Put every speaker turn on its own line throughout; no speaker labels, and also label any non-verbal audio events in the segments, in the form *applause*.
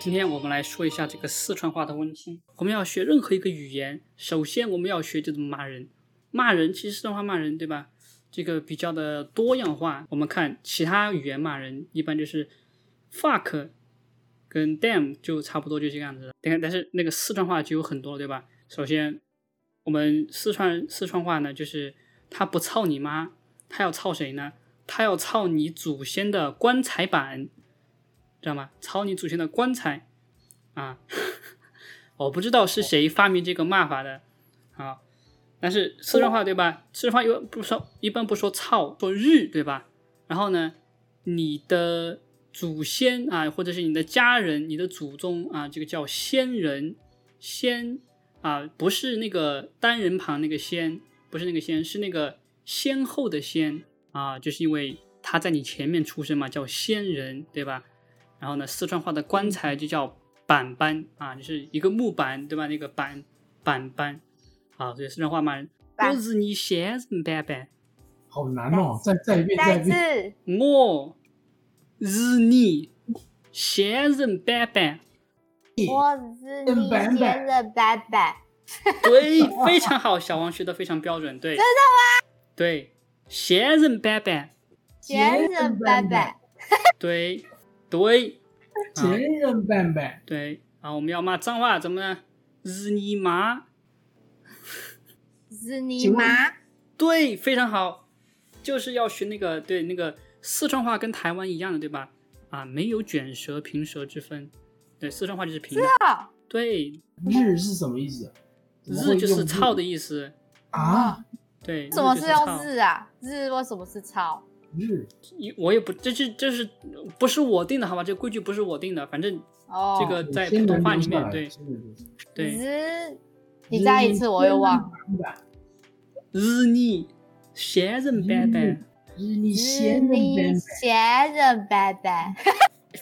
今天我们来说一下这个四川话的问题。我们要学任何一个语言，首先我们要学就怎么骂人。骂人其实四川话骂人，对吧？这个比较的多样化。我们看其他语言骂人，一般就是 fuck 跟 damn 就差不多就这个样子了。但但是那个四川话就有很多了，对吧？首先，我们四川四川话呢，就是他不操你妈，他要操谁呢？他要操你祖先的棺材板，知道吗？操你祖先的棺材啊！ *laughs* 我不知道是谁发明这个骂法的啊。但是四川话对吧？四川话一般不说，一般不说操，说日对吧？然后呢，你的祖先啊，或者是你的家人、你的祖宗啊，这个叫先人，先啊，不是那个单人旁那个先，不是那个先，是那个先后的先啊，就是因为他在你前面出生嘛，叫先人对吧？然后呢，四川话的棺材就叫板板啊，就是一个木板对吧？那个板板板。好，所以四川话骂人，
板
我是你先生板板，
好难哦！再再一遍，
再
再一遍，
次
我是你先生板板，
我是你
板
先
板
生拜拜，
对，非常好，小王学的非常标准，对，真的吗？对，先生板板，
先生拜拜，
对，对，啊
前任版本，
对，啊，我们要骂脏话怎么呢？日你妈，
是你
请问
妈，
对，非常好，就是要学那个，对，那个四川话跟台湾一样的，对吧？啊，没有卷舌、平舌之分，对，四川话就是平，
哦
对，
日是什么意思？怎么会
日就是
用
操的意思，
啊，
对，
怎么
日就是是
用
操
日啊？日为什么是超？
日
我也不，这是这是不是我定的好吧？这个规矩不是我定的，反正
哦，
这个呃在普通话里面，对对，
日，你再一次我又忘。
了。
日你闲人板
嗯
板，
日你
日
先任版
你先生拜拜，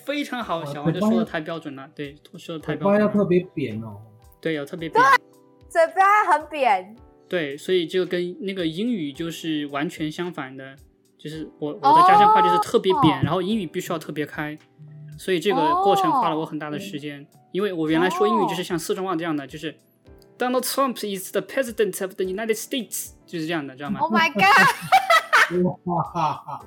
非常好，
哦
小王就说的太标准了，对，说的太
本，
标
口巴要
准
特
了，
别扁哦。
对，有特别
啊
标
嘴巴很扁，
对，所以这个跟那个英语就是完全相反的，就是我我的家乡话就是特别扁，
哦
然后英语必须要特别开，所以这个过程花了我很大的时间，因为我原来说英语就是像四川话这样的，就是 Donald Trump is the president of the United States，就是这样的，知道吗？
Oh my *laughs* god！
哇哈哈！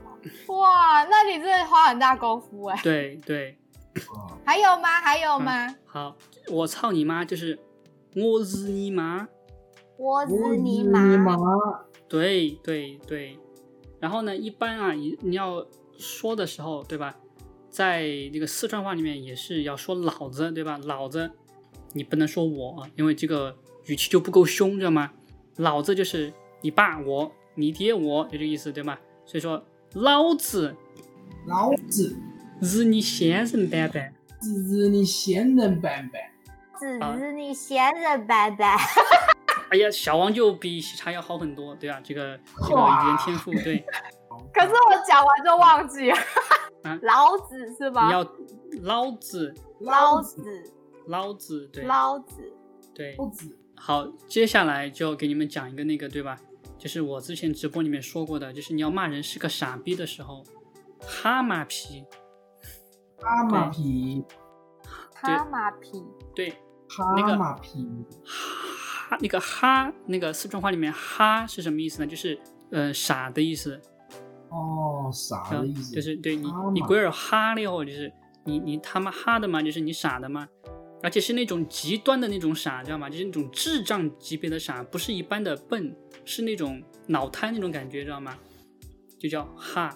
哇，那你真的花很大功夫哎。
对对，
啊
还有吗？还有吗？
好，我操你妈就是我日你妈，
*laughs* 我是你
日
妈，
对对对，然后呢，一般啊，你你要说的时候，对吧？在那个四川话里面也是要说老子，对吧？老子，你不能说我，啊因为这个语气就不够凶，知道吗？老子就是你爸我，你爹我，就这个意思，对吗？所以说老子
老子
是你先生版本，
日你先任版本，
只是你先生拜拜。
哎呀，小王就比喜茶要好很多，对吧？这个这个语言天赋，对。
可是我讲完就忘记了
啊。
*laughs* 老子是
你
吗？
要老子，
老子，
老子，对
老子，
对，
老子
好，接下来就给你们讲一个那个，对吧？就是我之前直播里面说过的，就是你要骂人是个傻逼的时候，哈马皮，
哈马皮，
他马屁，
对，
哈马皮，
哈那个哈那个四川话里面哈是什么意思呢？就是呃傻的意思，
哦，啥的意思？
就是对你
哈
你
马
鬼尔哈了以后，就是你你他妈哈的嘛，就是你傻的嘛，而且是那种极端的那种傻，知道吗？就是那种智障级别的傻，不是一般的笨，是那种脑瘫那种感觉，知道吗？就叫哈，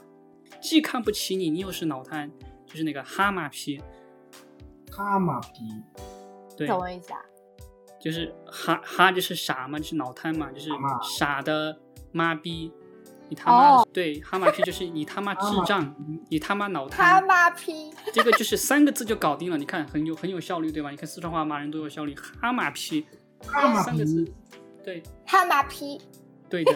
既看不起你，你又是脑瘫，就是那个哈马屁，
哈马皮，
啊对，
什么意思啊？
就是哈哈就是傻嘛，就是脑瘫嘛，就是
傻嘛
傻的妈逼，你他妈、对哈马屁就是你他妈
哦哈
智
马
障，你他妈脑
他
瘫。
妈批，
这个就是三个字就搞定了，你看很有很有效率，对吧？你看四川话骂人多有效率，哈马屁，
哈马
三个
皮
字，，对
他妈批，
对的。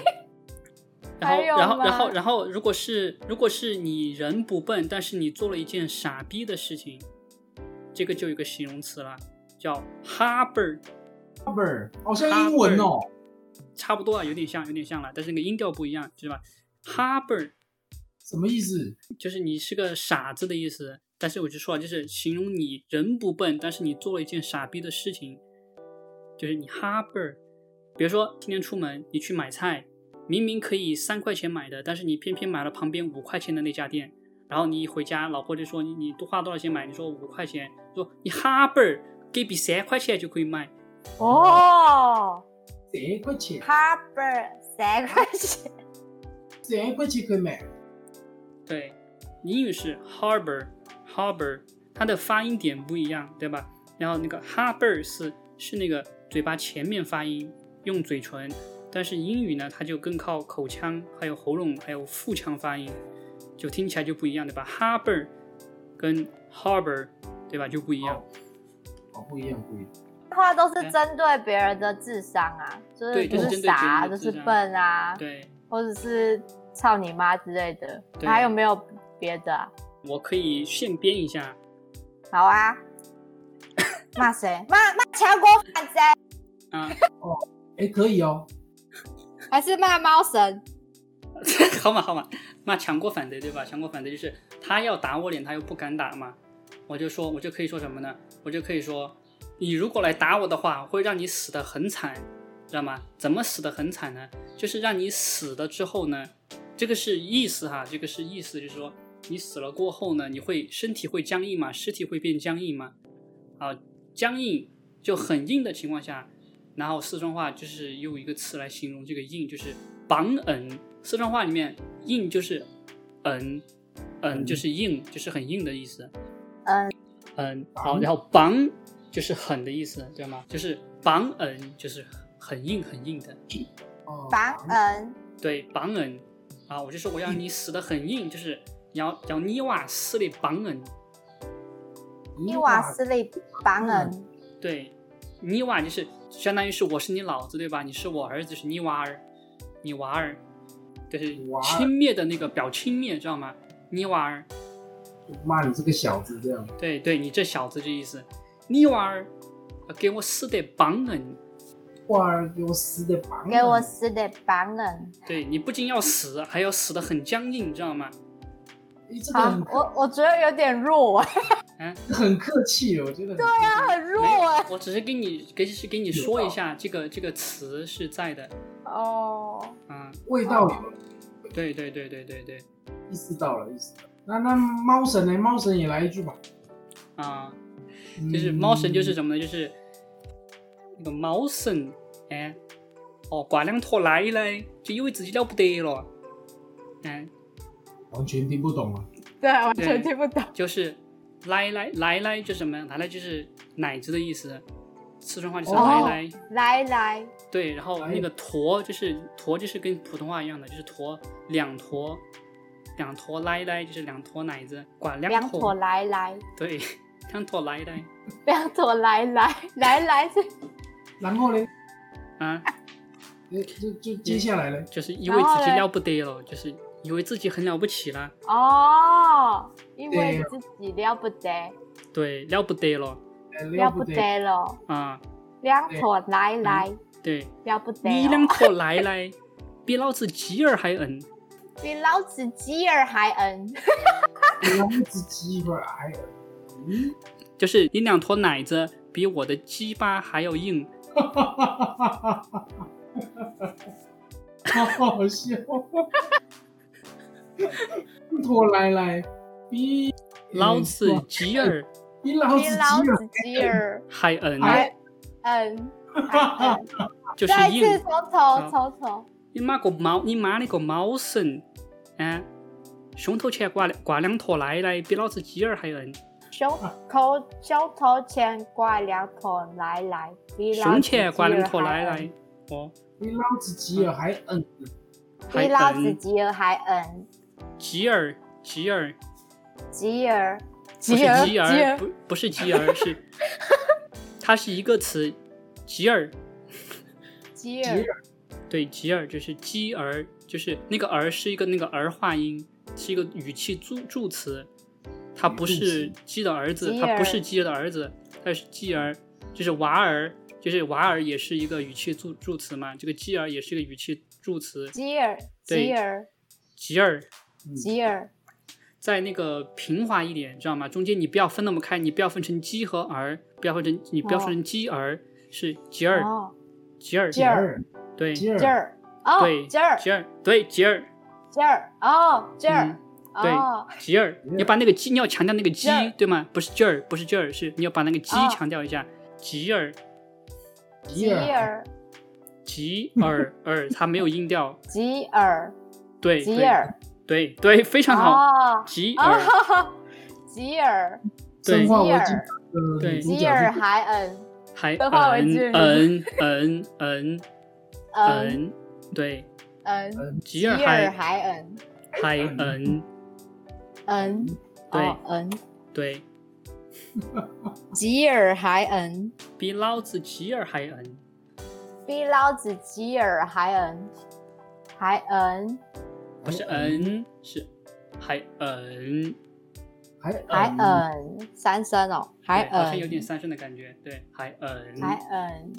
然后
还有
然后
吗
然后然后，如果是如果是你人不笨，但是你做了一件傻逼的事情，这个就有个形容词了，叫哈倍儿，
哈贝儿，好像英文哦。
差不多啊，有点像有点像了，但是那个音调不一样，知道吧？哈倍儿
什么意思？
就是你是个傻子的意思，但是我就说啊，就是形容你人不笨，但是你做了一件傻逼的事情，就是你哈笨儿。比如说今天出门你去买菜，明明可以三块钱买的，但是你偏偏买了旁边五块钱的那家店，然后你一回家，老婆就说你你多花多少钱买？你说五块钱，说你哈笨儿，给比三块钱就可以买。
哦，
三块钱，
他不是三块 *laughs* 钱，
三块钱可以买。
对，英语是 harbor harbor，它的发音点不一样，对吧？然后那个 harbor 是是那个嘴巴前面发音，用嘴唇，但是英语呢，它就更靠口腔、还有喉咙、还有腹腔发音，就听起来就不一样，对吧？harbor 跟 harbor 对吧就不一样。
哦，不一样，不一样。
这话都是针对别人的智商啊，就是
对
就
都是
是
针对别人的
傻啊，就
智
是
商
笨啊，
对，
或者是操你妈之类的。
对
还有没有别的啊？
我可以现编一下，
好
*laughs*
啊，骂谁？骂骂强国反贼，
啊
哎，可以哦。
还是骂猫神？
好嘛好嘛，那强过反贼对吧？强过反贼就是他要打我脸，他又不敢打嘛。我就说，我就可以说什么呢？我就可以说，你如果来打我的话，会让你死得很惨，知道吗？怎么死得很惨呢？就是让你死了之后呢，这个是意思哈，这个是意思，就是说你死了过后呢，你会身体会僵硬嘛，尸体会变僵硬嘛，啊，僵硬就很硬的情况下，然后四川话就是用一个词来形容这个硬，就是绑硬。四川话里面硬就是嗯嗯，就是硬，就是很硬的意思。
嗯
嗯，
绑
好，然后绑就是狠的意思，知道吗？就是绑硬就是很硬很硬的。
哦，
凡恩，
对，绑硬啊，我就说我要你死的很硬，就是你要要你娃死的绑嗯硬。
伊瓦斯利凡恩，
对，你娃就是相当于是我是你老子对吧？你是我儿子，是你娃儿，你娃儿，就是
娃儿
轻蔑的那个表轻蔑，知道吗？你娃儿，
骂你这个小子这样。
对对，你这小子这意思，你娃儿呃给我死得绑嗯硬，
花儿给我撕的绑。啊
给我死的凡恩。
对你不仅要死，还要死得很僵硬，你知道吗？
诶哎这个
好
很，
我我觉得有点弱哎，
很客气，哦我觉得。对呀。
他很弱
没有
哎。
我只是跟你跟是跟你说一下，这个这个词是在的，
哦，
啊，
味道有了
对对对对对对，
意识到了，意识到了。那那猫神呢？猫神也来一句吧。
啊、就是
嗯
猫神就是什么呢？就是那个猫神，哎，哦，挂两坨奶呢，就以为自己了不得了，嗯，
么？完全听不懂啊。
对，完
全
听不懂。
就是奶奶奶奶就是什么呀？奶奶就是奶子的意思，四川话就是
哦
奶奶。
来来，
对，然后
哎
那个坨就是坨就是跟普通话一样的，就是坨两坨，两坨奶奶就是两坨奶子，管
两
坨
坨来来，
对，两坨奶奶
两坨来来，来来是，
然后呢？
啊，
诶就就接下来呢？
就是以为自己了不得了，就是以为自己很了不起了。
哦，因为
对
自己了不得，
对，了不得了
哎
了
了
不
不得。
得了，
啊！
两坨来来，
对，
了不得
你
了
两，坨奶奶比老子鸡儿还硬，
比老子鸡儿还恩。
然后自己一会儿哎呦，嗯，
就是你两坨奶子比我的鸡巴还要硬。
哈哈哈哈哈哈！好好笑。拖来来，比
老子鸡儿
比老子
比老
鸡儿
子鸡儿
还硬，
还恩。还恩
就是
再一
硬
次。从头从头，
你妈个猫，你妈那个猫神，嗯、胸头前挂两挂两坨奶奶，比老子鸡儿还硬。
胸口胸头前挂两坨奶奶，比老
胸
子
前
鸡
挂两
儿
坨
还
奶
恩
奶，哦，
比老子鸡儿还嗯，
还
比老子
硬。
鸡儿还恩。
鸡儿，鸡儿，
吉儿，
不
吉
是
儿，
鸡儿，不不是鸡儿，是 *laughs* 它是一个词，鸡儿。
吉儿，
对，吉儿就是鸡儿，就是那个儿是一个那个儿化音，是一个语气助助词，它不是鸡的儿子，
鸡
它不
儿
是鸡的儿子，它是鸡儿，就是娃儿，就是娃儿也是一个语气助助词嘛，这个鸡儿也是一个语气助词，
吉儿，
对
吉儿，
吉儿，
吉儿，
再那个平滑一点，知道吗？中间你不要分那么开，你不要分成鸡和儿，不要分成你不要分成鸡儿，是吉儿
哦，
吉儿
吉儿
儿，
对
吉
劲
儿，
儿，哦，
对
劲儿，
吉儿对吉儿
劲儿，哦，劲儿
嗯，对
哦，
吉儿，你要把那个鸡，你要强调那个鸡
吉儿，
对吗？不是劲儿，不是劲儿，是你要把那个鸡
哦
强调一下，吉儿
吉
吉
儿，
儿，
吉儿
*laughs*
儿，它没有音调，
吉儿，
对
吉
对
儿，
对对，非常好，
哦，
吉儿
哦，吉尔，
对
生化危
吉
机
尔
的
对
女主
吉
角
尔
是
海恩， *laughs*
还
都化为
嗯
巨人
嗯嗯嗯
嗯
嗯，对，
嗯，
吉尔
尔
还
海恩，
还嗯
嗯，
对
哦，嗯，
对，
吉尔海恩，
比老子吉尔还嗯，
比老子吉尔海恩，海恩，
不是嗯是还嗯，
还
海
嗯
恩，三声哦，海
对好像有
恩
点。三声的感觉，对，还嗯
海恩，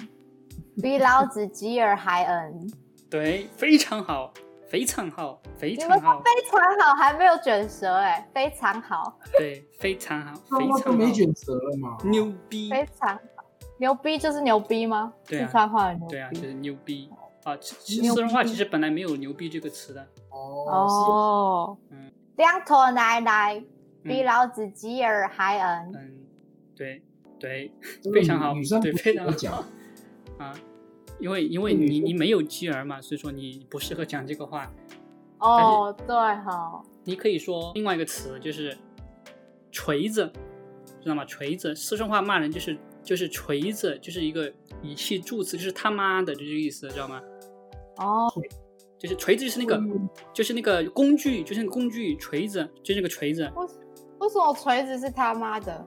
比老子吉尔海恩，
对，非常好，非常好，非
你
常
们说
好，
非常好，还没有卷舌哎，非常好，
对，非常好，
那
非
我都
常
没
好，
卷舌了嘛，
牛逼，
非常好，牛逼就是牛逼吗？
对啊
四川话的牛逼。
对啊，就是牛逼啊！其其
牛
四川话
逼
其实本来没有“牛逼”这个词的，
哦，
哦
啊嗯，
两坨奶奶比
嗯
老子吉尔海恩，
嗯，对对，
是这个
非常好
女女生，
对，
不
非
适
常
合讲
好，啊，因为因为
这个女
你
生
你没有妻儿嘛，所以说你不适合讲这个话。
哦，对哈，
你可以说另外一个词就是锤子，知道吗？锤子，四川话骂人就是就是锤子，就是一个语气助词，就是他妈的这个意思，知道吗？
哦，
就是锤子就是那个
嗯
就是那个工具，就是那个工具锤子，就是那个锤子。
为为什么锤子是他妈的？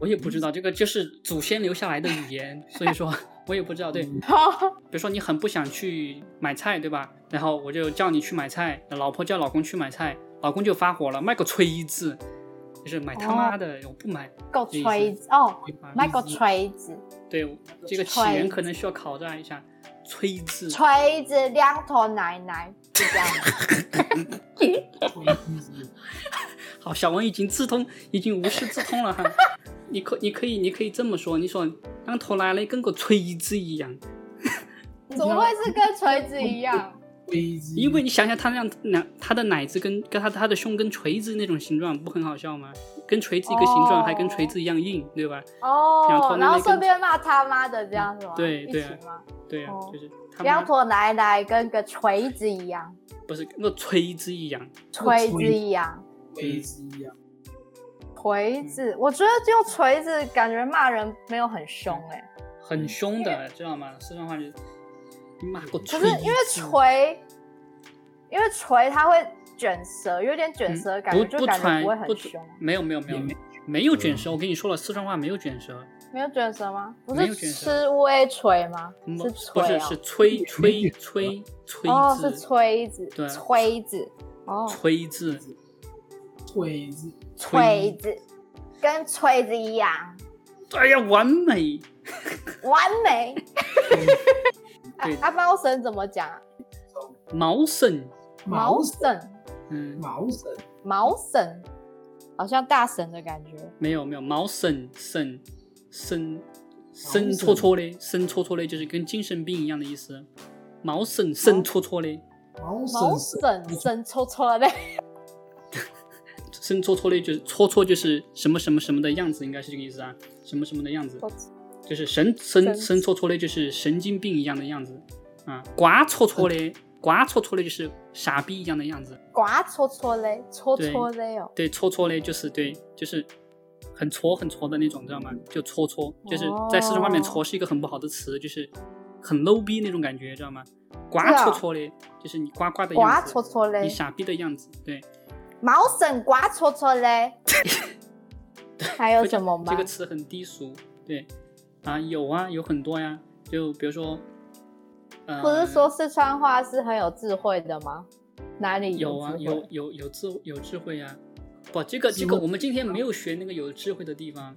我也不知道这个就是祖先留下来的语言，所以说
*laughs*
我也不知道。对，
嗯
*laughs* 比如说你很不想去买菜，对吧？然后我就叫你去买菜，老婆叫老公去买菜，老公就发火了，卖个锤子，就是买他妈的，我不买。
够
这意思
锤子哦，
我也不买
卖个。锤子，
对，这个起源可能需要考察一下。锤子，
锤子两坨奶奶，是
*laughs*
这样吗。
好，小王已经自通，已经无师自通了
*laughs*
哈。你可你可以你可以这么说，你说当头来了跟个锤子一样。
怎么会是跟锤子一样？
危机，
因为
嗯
你想想，他那样奶，他的奶子跟跟他他的胸跟锤子那种形状，不很好笑吗？跟锤子一个形状，
哦
还跟锤子一样硬，对吧？两坨
哦，
奶奶
然后
跟
顺便骂他妈的这样子吗？
对
一
对啊
起吗？
对呀、
哦
就是他
两
妈
坨奶奶跟个锤子一样，
不是跟个锤子一样，
锤子一样，
危机一样，
锤子。我觉得用锤子感觉骂人没有很凶哎、
很凶的，知道吗？四川话就是你妈个
可
锤
是
子，
因为锤，因为锤它会卷舌，有点卷舌的感觉，
嗯不
就
不
感觉
传
不会
不
很
传
凶。啊嗯
没有没有没有
也没
没有卷舌，我跟你说了，四川话没有卷舌，
没有卷舌吗？不
没有
是
卷舌嗯
吃微锤吗？
不不
是锤
是
啊
是吹吹
没卷舌
吹吹
哦，是
字
锤子
对，啊
锤子，哦，
吹字
危机，
锤子，跟锤子一样
哎呀完美，
完美。啊
嗯对
啊，猫神怎么讲啊？
毛神，
毛
神，
嗯，
毛神，
毛神，好像大神的感觉。
没有没有，毛神神神神
神
戳戳嘞，神戳戳嘞，就是跟精神病一样的意思。毛神神戳戳嘞，
毛
毛
神
神神抽抽的，
神戳戳嘞就是戳戳就是什么什么什么的样子，应该是这个意思啊，什么什么的样子，就是神神
哦神
神戳戳嘞，就是神经病一样的样子啊，瓜戳戳嘞，瓜戳戳嘞就是傻逼一样的样子，
刮戳戳嘞，戳戳嘞哦。
对，戳戳嘞就是对，就是很戳很戳的那种，知道吗？就戳戳，就是在四川话里面，
哦
戳是一个很不好的词，就是很 low 逼那种感觉，知道吗？呱
是啊
戳戳嘞，就是你呱呱的
刮
样
戳
子，
戳
你
嘞，
傻逼的样子，对，
毛神刮戳
*laughs*
戳嘞。还有什么吗
这？个词很低俗，对，啊，有啊，有很多呀，就比如说，呃，
不是说四川话是很有智慧的吗？哪里
有啊，
智慧
有有有智有智慧呀、不，这个这
智
个
慧
我们今天没有学那个有智慧的地方，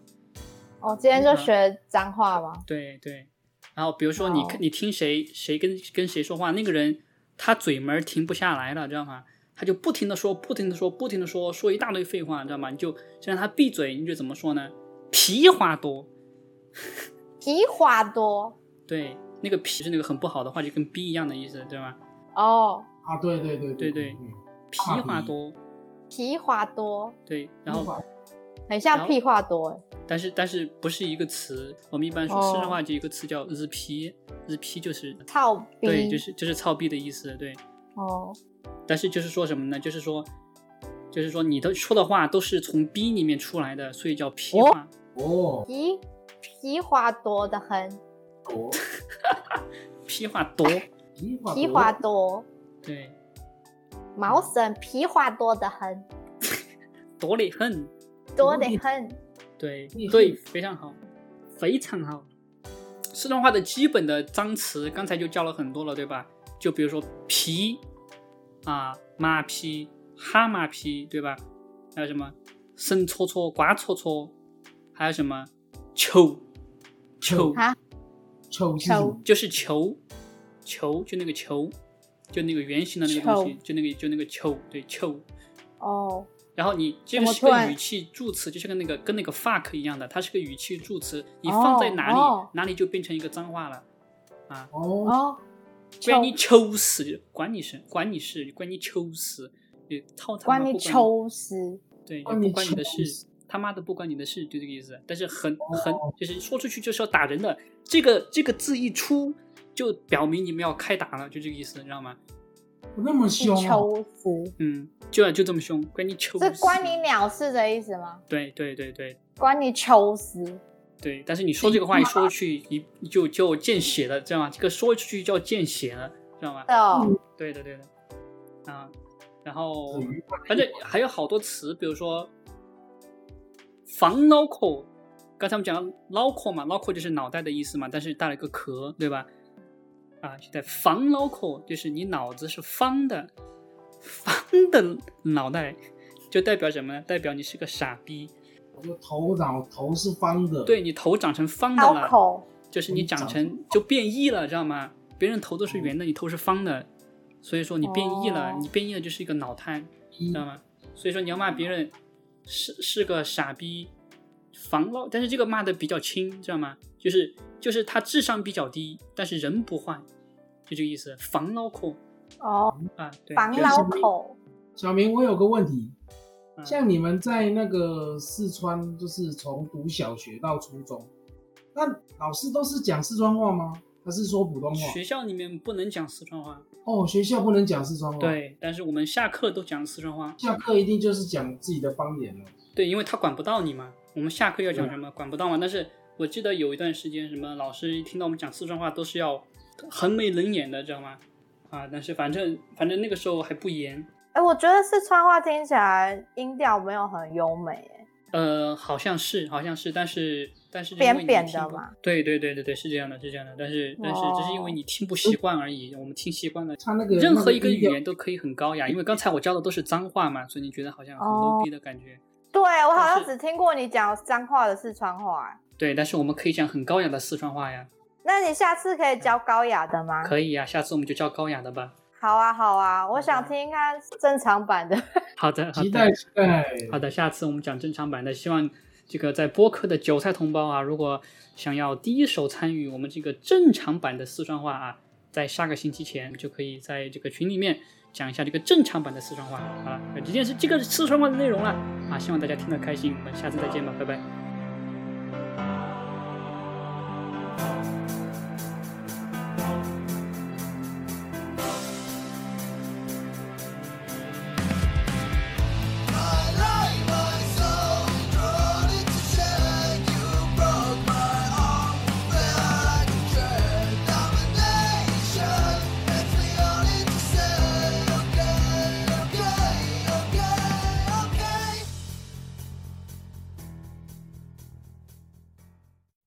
哦，今天就学脏话吗？
对对，然后比如说你
哦
看你听谁谁跟跟谁说话，那个人他嘴门儿停不下来了，知道吗？他就不停的说，不停的说，不停的说，说一大堆废话，你知道吗？你就就让他闭嘴，你就怎么说呢？皮话多，
皮花多
对，那个皮是那个很不好的话，就跟逼一样的意思，对吧？
哦，
啊，对对对
对对
嗯
皮
啊
话多，
皮花多，
对，然后
很
然
像
后
屁话多欸。
但是但是不是一个词，我们一般说
哦
四川话就一个词叫日批，日批就是
操逼，
对，就是就是操逼的意思，对。
哦，
但是就是说什么呢？就是说，就是说你的说的话都是从逼里面出来的，所以叫批
哦
话。
哦，
皮皮花多的很，
哦，
批话多，
皮划
皮花多，
对，
毛神皮花多的很，
多得很，
多的很，
对
你
对，
是
非常好，非常好。四川话的基本的脏词，刚才就教了很多了，对吧？就比如说皮啊、马屁、哈马屁，对吧？还有什么生搓搓、瓜搓搓，还有什么球球
哈
臭是什么
就是球，球就那个球，就那个圆形的那个东西，就那个就那个球，对球。
哦，
然后你这
怎
个
么
是个
突然
语气助词，就像跟那个跟那个 fuck 一样的，它是个语气助词，你
哦
放在哪里，
哦
哪里就变成一个脏话了。
哦，
哦，
不然你抽死，管你是管你是管你抽死，就操他妈
关
不
你
管
抽死，
对，也
关
不
你
关你的
球
事，他妈的不关你的事，就这个意思。但是很很就是说出去就是要打人的，这个这个字一出，就表明你们要开打了，就这个意思，你知道吗？
那么
你
凶啊，
抽死，
嗯，就要就这么凶，关你球
是
事
关你鸟事的意思吗？
对对对对
关你抽死，
对，但是你
哎
说这个话一说出去，一就就见血了，知道吗？这个说出去叫见血了，知道吗？
哦，
对嗯的对的，啊，然后
嗯
反正还有好多词，比如说防脑壳，刚才我们讲到脑壳嘛，脑壳就是脑袋的意思嘛，但是带了一个壳，对吧？啊，现在防脑壳就是你脑子是方的，方的脑袋就代表什么呢？代表你是个傻逼，
我就头脑头是方的，，
对你头长成方的
刀
了，
口，
就是你长成就变异了，知道吗？别人头都是圆的，你头是方的，所以说你变异了，
哦
你变异了就是一个脑瘫。
一
知道吗？所以说你要骂别人是是个傻逼，防老，但是这个骂的比较轻，知道吗？就是就是他智商比较低，但是人不坏，就这个意思。防脑壳
哦，
啊，对，
防
就是
老口，
小明，我有个问题，
嗯
像你们在那个四川，就是从读小学到初中，那老师都是讲四川话吗？还是说普通话？
学校里面不能讲四川话，
哦，学校不能讲四川话，，
对，但是我们下课都讲四川话，
下课一定就是讲自己的方言了。
对，因为他管不到你嘛。我们下课要讲
对
什么，管不到嘛。但是我记得有一段时间，什么老师一听到我们讲四川话，都是要横眉冷眼的，知道吗？啊，但是反正反正那个时候还不严，
哎，我觉得四川话听起来音调没有很优美耶，
呃，好像是，好像是，但是但是因为
扁
你
扁
听
的
不
嘛。
对对对对对，是这样的，是这样的，但是但是只是因为
哦
你听不习惯而已，我们听习惯了。
他那个
任何一个
那
语
音调
言都可以很高雅，因为刚才我教的都是脏话嘛，所以你觉得好像很
哦
low 逼的感觉。
对我好
但
像
是
只听过你讲脏话的四川话耶，
对，但是我们可以讲很高雅的四川话呀，
那你下次可以教高雅的吗？
可以呀，下次我们就教高雅的吧。
好啊，好啊，我想听听看正常版的。
好的，好
期待
的，
期待，
好的，下次我们讲正常版的。希望这个在播客的韭菜同胞啊，如果想要第一手参与我们这个正常版的四川话啊，在下个星期前就可以在这个群里面讲一下这个正常版啊的四川话。好了，那今天是这个四川话的内容了啊，希望大家听得开心，我们下次再见吧，拜拜。